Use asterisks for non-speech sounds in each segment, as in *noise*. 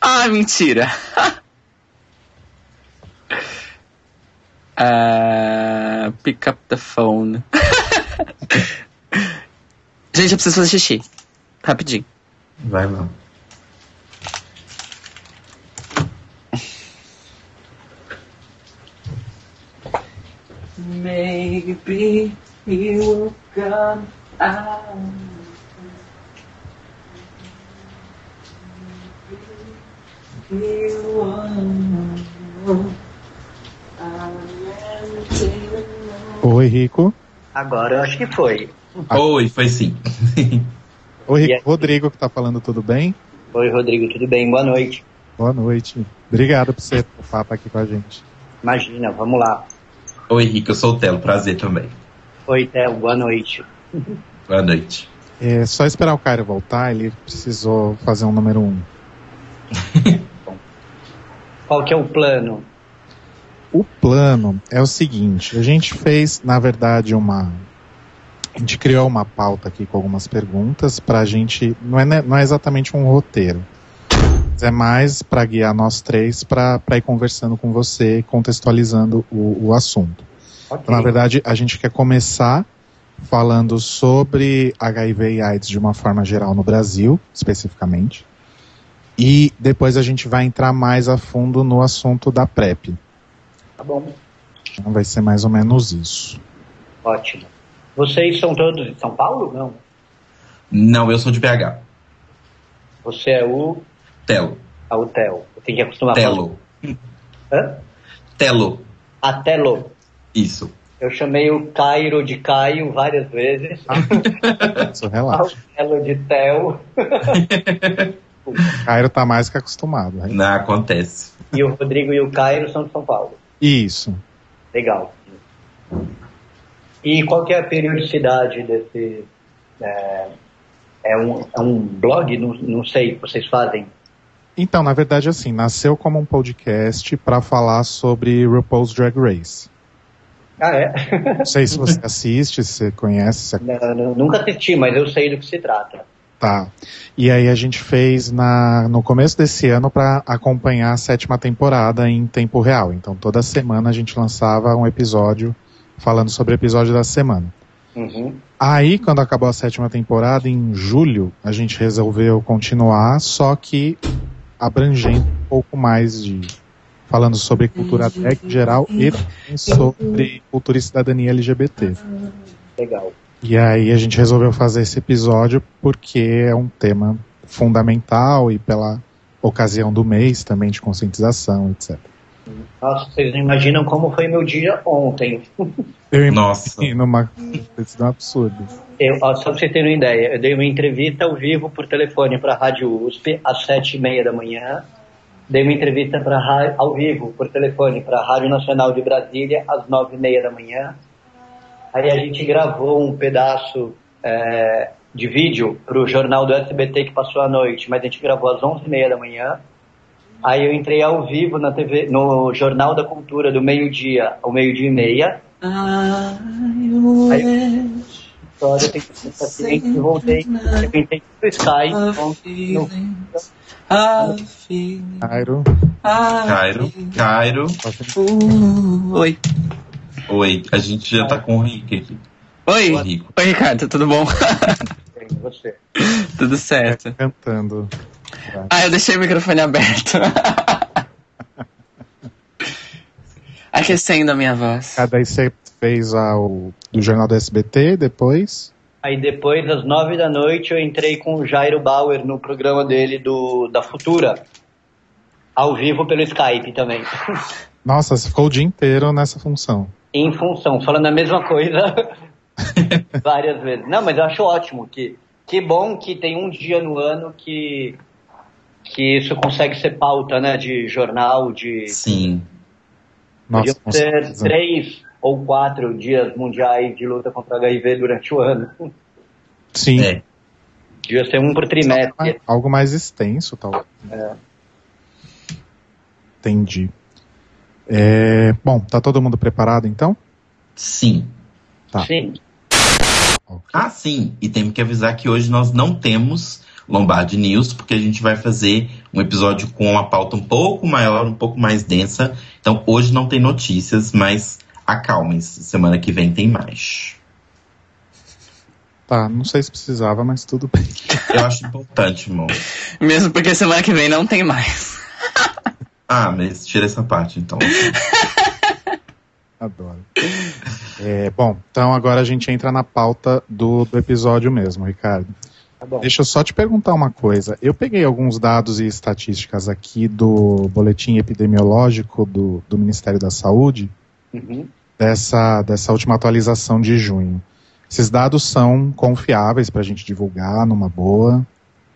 Ah, mentira! Ah, pick up the phone. *laughs* Gente, eu preciso fazer xixi. Rapidinho. Vai lá. Maybe he will come out. He will. Oi, Rico. Agora eu acho que foi. Ah. Oi, foi sim. Oi, Rico. E aí? Rodrigo que tá falando, tudo bem? Oi, Rodrigo, tudo bem? Boa noite. Boa noite. Obrigado por você topar tá aqui com a gente. Imagina, vamos lá. Oi, Rico, eu sou o Telo, prazer também. Oi, Theo, boa noite. Boa noite. É só esperar o cara voltar, ele precisou fazer um número um. Qual que é o plano? O plano é o seguinte: a gente fez, na verdade, uma. A gente criou uma pauta aqui com algumas perguntas para a gente. Não é, ne- não é exatamente um roteiro, mas é mais para guiar nós três para ir conversando com você, contextualizando o, o assunto. Ok. Então, na verdade, a gente quer começar falando sobre HIV e AIDS de uma forma geral no Brasil, especificamente. E depois a gente vai entrar mais a fundo no assunto da PrEP. Tá bom, Então vai ser mais ou menos isso. ótimo. Vocês são todos de São Paulo? Não. Não, eu sou de BH. Você é o, Telo. ah, o Theo. Eu tenho que acostumar Telo. a falar. Hã? Telo. A Telo. Isso. Eu chamei o Cairo de Caio várias vezes. Isso Ah, *laughs* relaxa. o Telo de Theo. O Cairo tá mais que acostumado, né? Não acontece. E o Rodrigo e o Cairo são de São Paulo. Isso. Legal. E qual que é a periodicidade desse. É, é um, é um blog? Não, não sei, vocês fazem. Então, na verdade, assim, nasceu como um podcast para falar sobre RuPaul's Drag Race. Ah, é? Não sei se você assiste, se você conhece, se Não, não, nunca assisti, mas eu sei do que se trata. tá. E aí a gente fez na, no começo desse ano para acompanhar a sétima temporada em tempo real. Então, toda semana a gente lançava um episódio falando sobre o episódio da semana. Uhum. Aí, quando acabou a sétima temporada, em julho, a gente resolveu continuar, só que abrangendo um pouco mais de. falando sobre cultura drag em geral e também sobre cultura e cidadania LGBT. Legal. E aí a gente resolveu fazer esse episódio porque é um tema fundamental e pela ocasião do mês também de conscientização, etc. Nossa, vocês não imaginam como foi meu dia ontem. Eu Nossa. imagino uma *laughs* coisa absurda. Eu, ó, só pra vocês terem uma ideia, eu dei uma entrevista ao vivo por telefone para a Rádio USP às sete e meia da manhã. Dei uma entrevista pra, ra- ao vivo por telefone para a Rádio Nacional de Brasília às nove e meia da manhã. Aí a gente gravou um pedaço é, de vídeo para o jornal do SBT que passou a noite, mas a gente gravou às onze e meia da manhã. Aí eu entrei ao vivo na TV, no Jornal da Cultura do meio-dia ao meio-dia e meia. Só eu tenho que ficar silêncio, eu voltei, eu tentei pro Sky, Então, ontem, no Ah, Cairo, Cairo. Cairo. Oi. Oi. A gente já tá com o Rico aqui. Oi. Ô, Rico. Oi, Ricardo, tudo bom? *laughs* Tem você. tudo certo. tá cantando. Ah, eu deixei o microfone aberto. *laughs* Aquecendo a minha voz. Ah, daí você fez a, o do Jornal do SBT depois. Aí depois, às nove da noite, eu entrei com o Jairo Bauer no programa dele do, da Futura, ao vivo pelo Skype também. *laughs* Nossa, você ficou o dia inteiro nessa função. em função, falando a mesma coisa *laughs* várias vezes. Não, mas eu acho ótimo que que bom que tem um dia no ano que que isso consegue ser pauta, né, de jornal, de Sim. Nossa, Podiam com ter certeza. três ou quatro dias mundiais de luta contra o HIV durante o ano. *laughs* Sim, É. Devia ser um por trimestre. algo mais extenso, talvez. É. Entendi. É, bom, tá todo mundo preparado então? Sim. Tá. Sim. Ah, sim. E temos que avisar que hoje nós não temos Lombardi News, porque a gente vai fazer um episódio com uma pauta um pouco maior, um pouco mais densa. Então hoje não tem notícias, mas acalmem-se. Semana que vem tem mais. Tá, não sei se precisava, mas tudo bem. *laughs* Eu acho importante, amor. Mesmo porque semana que vem não tem mais. Ah, mas tira essa parte então. Adoro. É, bom, então agora a gente entra na pauta do, do episódio mesmo, Ricardo. Tá bom. Deixa eu só te perguntar uma coisa. Eu peguei alguns dados e estatísticas aqui do boletim epidemiológico do, do Ministério da Saúde Uhum. dessa, dessa última atualização de junho. Esses dados são confiáveis para a gente divulgar numa boa.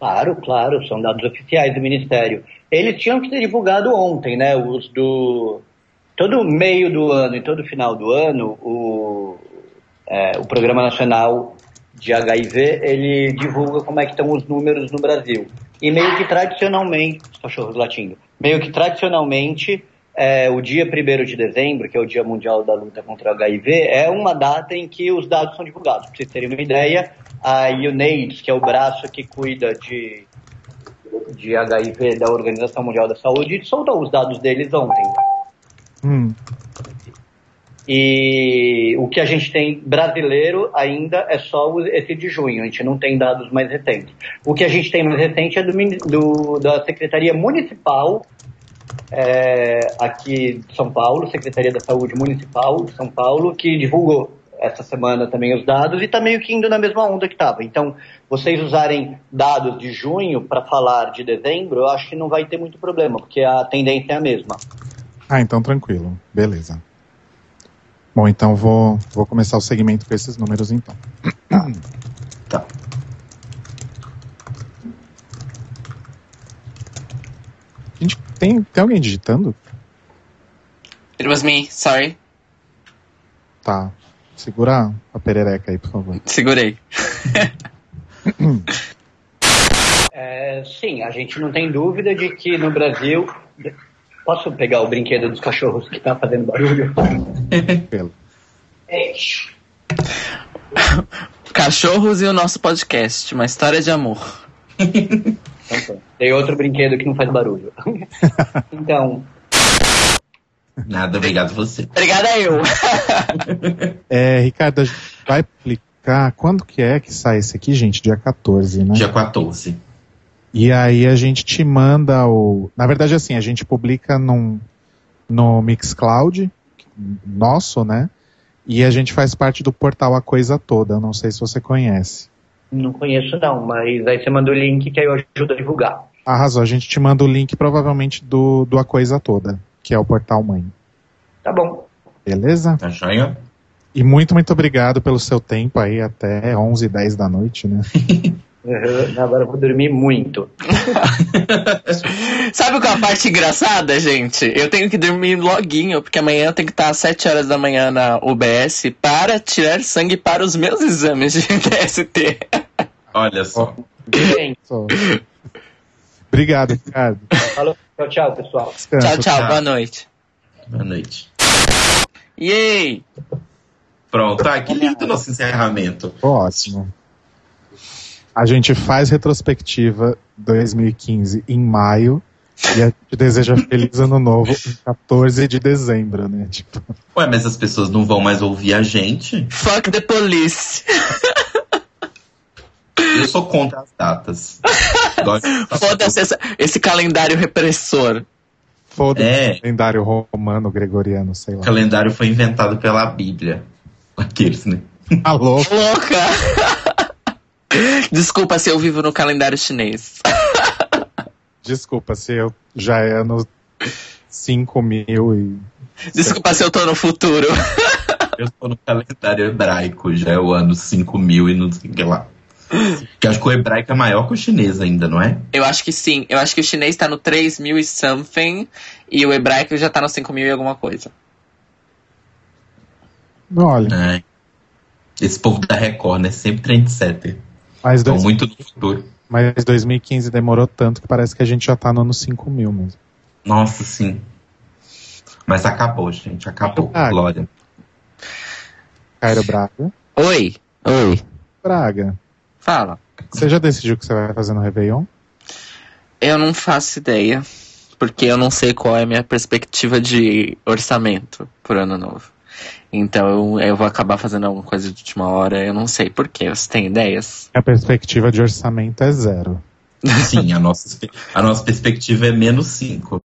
Claro, claro, são dados oficiais do Ministério. Eles tinham que ter divulgado ontem, né? Os do. Todo meio do ano e todo final do ano, o, é, o Programa Nacional de HIV, ele divulga como é que estão os números no Brasil. E meio que tradicionalmente. Os cachorros latindo. Meio que tradicionalmente, é, o dia 1 de dezembro, que é o Dia Mundial da Luta contra o HIV, é uma data em que os dados são divulgados. Para vocês terem uma ideia, a UNAIDS, que é o braço que cuida de, de HIV da Organização Mundial da Saúde, soltou os dados deles ontem. Hum, E o que a gente tem brasileiro ainda é só o- esse de junho, a gente não tem dados mais recentes. O que a gente tem mais recente é do, mini- do- da Secretaria Municipal é, aqui de São Paulo, Secretaria da Saúde Municipal de São Paulo, que divulgou essa semana também os dados e está meio que indo na mesma onda que estava. Então, vocês usarem dados de junho para falar de dezembro, eu acho que não vai ter muito problema, porque a tendência é a mesma. Ah, então tranquilo. Beleza. Bom, então vou, vou começar o segmento com esses números então. Tá. Gente, tem, tem alguém digitando? It was me, sorry. Tá. Segura a perereca aí, por favor. Segurei. É, sim, a gente não tem dúvida de que no Brasil. Posso pegar o brinquedo dos cachorros que tá fazendo barulho? É Pelo. Cachorros e o nosso podcast, uma história de amor. Então, tá. tem outro brinquedo que não faz barulho. então, Nada, obrigado você. Obrigada Tá eu. *laughs* É, Ricardo, a gente vai explicar quando que é que sai esse aqui, gente? Dia 14, né? Dia 14. E aí a gente te manda o. Na verdade, assim, a gente publica num, no Mixcloud, nosso, né? E a gente faz parte do portal A Coisa Toda. Eu não sei se você conhece. não conheço não, mas aí você manda o link que aí eu ajudo a divulgar. Arrasou, a gente te manda o link provavelmente do, do A Coisa Toda, que é o portal mãe. Tá bom. Beleza? Tá joia? E muito, muito obrigado pelo seu tempo aí até 11, 10 da noite, *laughs* né? Uhum, Agora eu vou dormir muito. Sabe qual é a parte engraçada, gente? Eu tenho que dormir loguinho, porque amanhã eu tenho que estar às 7 horas da manhã na UBS para tirar sangue para os meus exames de *laughs* TST. Olha só. Bem, Só. obrigado, Ricardo. falou. Tchau, tchau, pessoal. Tchau, Descansa. tchau, boa noite. Boa noite. Yay! Pronto. Ah, que lindo nosso encerramento. Ótimo. A gente faz retrospectiva 2015 em maio e a gente deseja feliz ano novo em 14 de dezembro, né? Tipo, Ué, mas as pessoas não vão mais ouvir a gente? Fuck the police. Eu sou contra as datas. Gosto de datas. Foda-se essa- esse calendário repressor. foda-se É. o calendário romano, gregoriano, sei O lá. calendário foi inventado pela Bíblia. Aqueles, né? Tá louco. Louca! *laughs* Desculpa se eu vivo no calendário chinês. Desculpa se eu já é ano 5 mil e. Desculpa se eu tô no futuro. Eu sou no calendário hebraico, já é o ano 5000 e não sei o que lá. Que acho que o hebraico é maior que o chinês ainda, não é? Eu acho que sim. Eu acho que o chinês tá no 3 mil e something e o hebraico já tá no 5 mil e alguma coisa. Olha, Ai. É. Esse povo da Record, né? Sempre trendsetter. mas, Estão dois, muito no futuro. mas 2015 demorou tanto que parece que a gente já tá no ano 5 mil mesmo. Nossa, sim. Mas acabou, gente. Acabou. Ah. Glória. Cairo Braga. Oi. Oi. Braga. Fala. Você já decidiu o que você vai fazer no Réveillon? Eu não faço ideia. Porque eu não sei qual é a minha perspectiva de orçamento por ano novo. Então eu, eu vou acabar fazendo alguma coisa de última hora, eu não sei porquê. Você tem ideias? A perspectiva de orçamento é zero. Sim, a nossa, a nossa perspectiva é menos 5.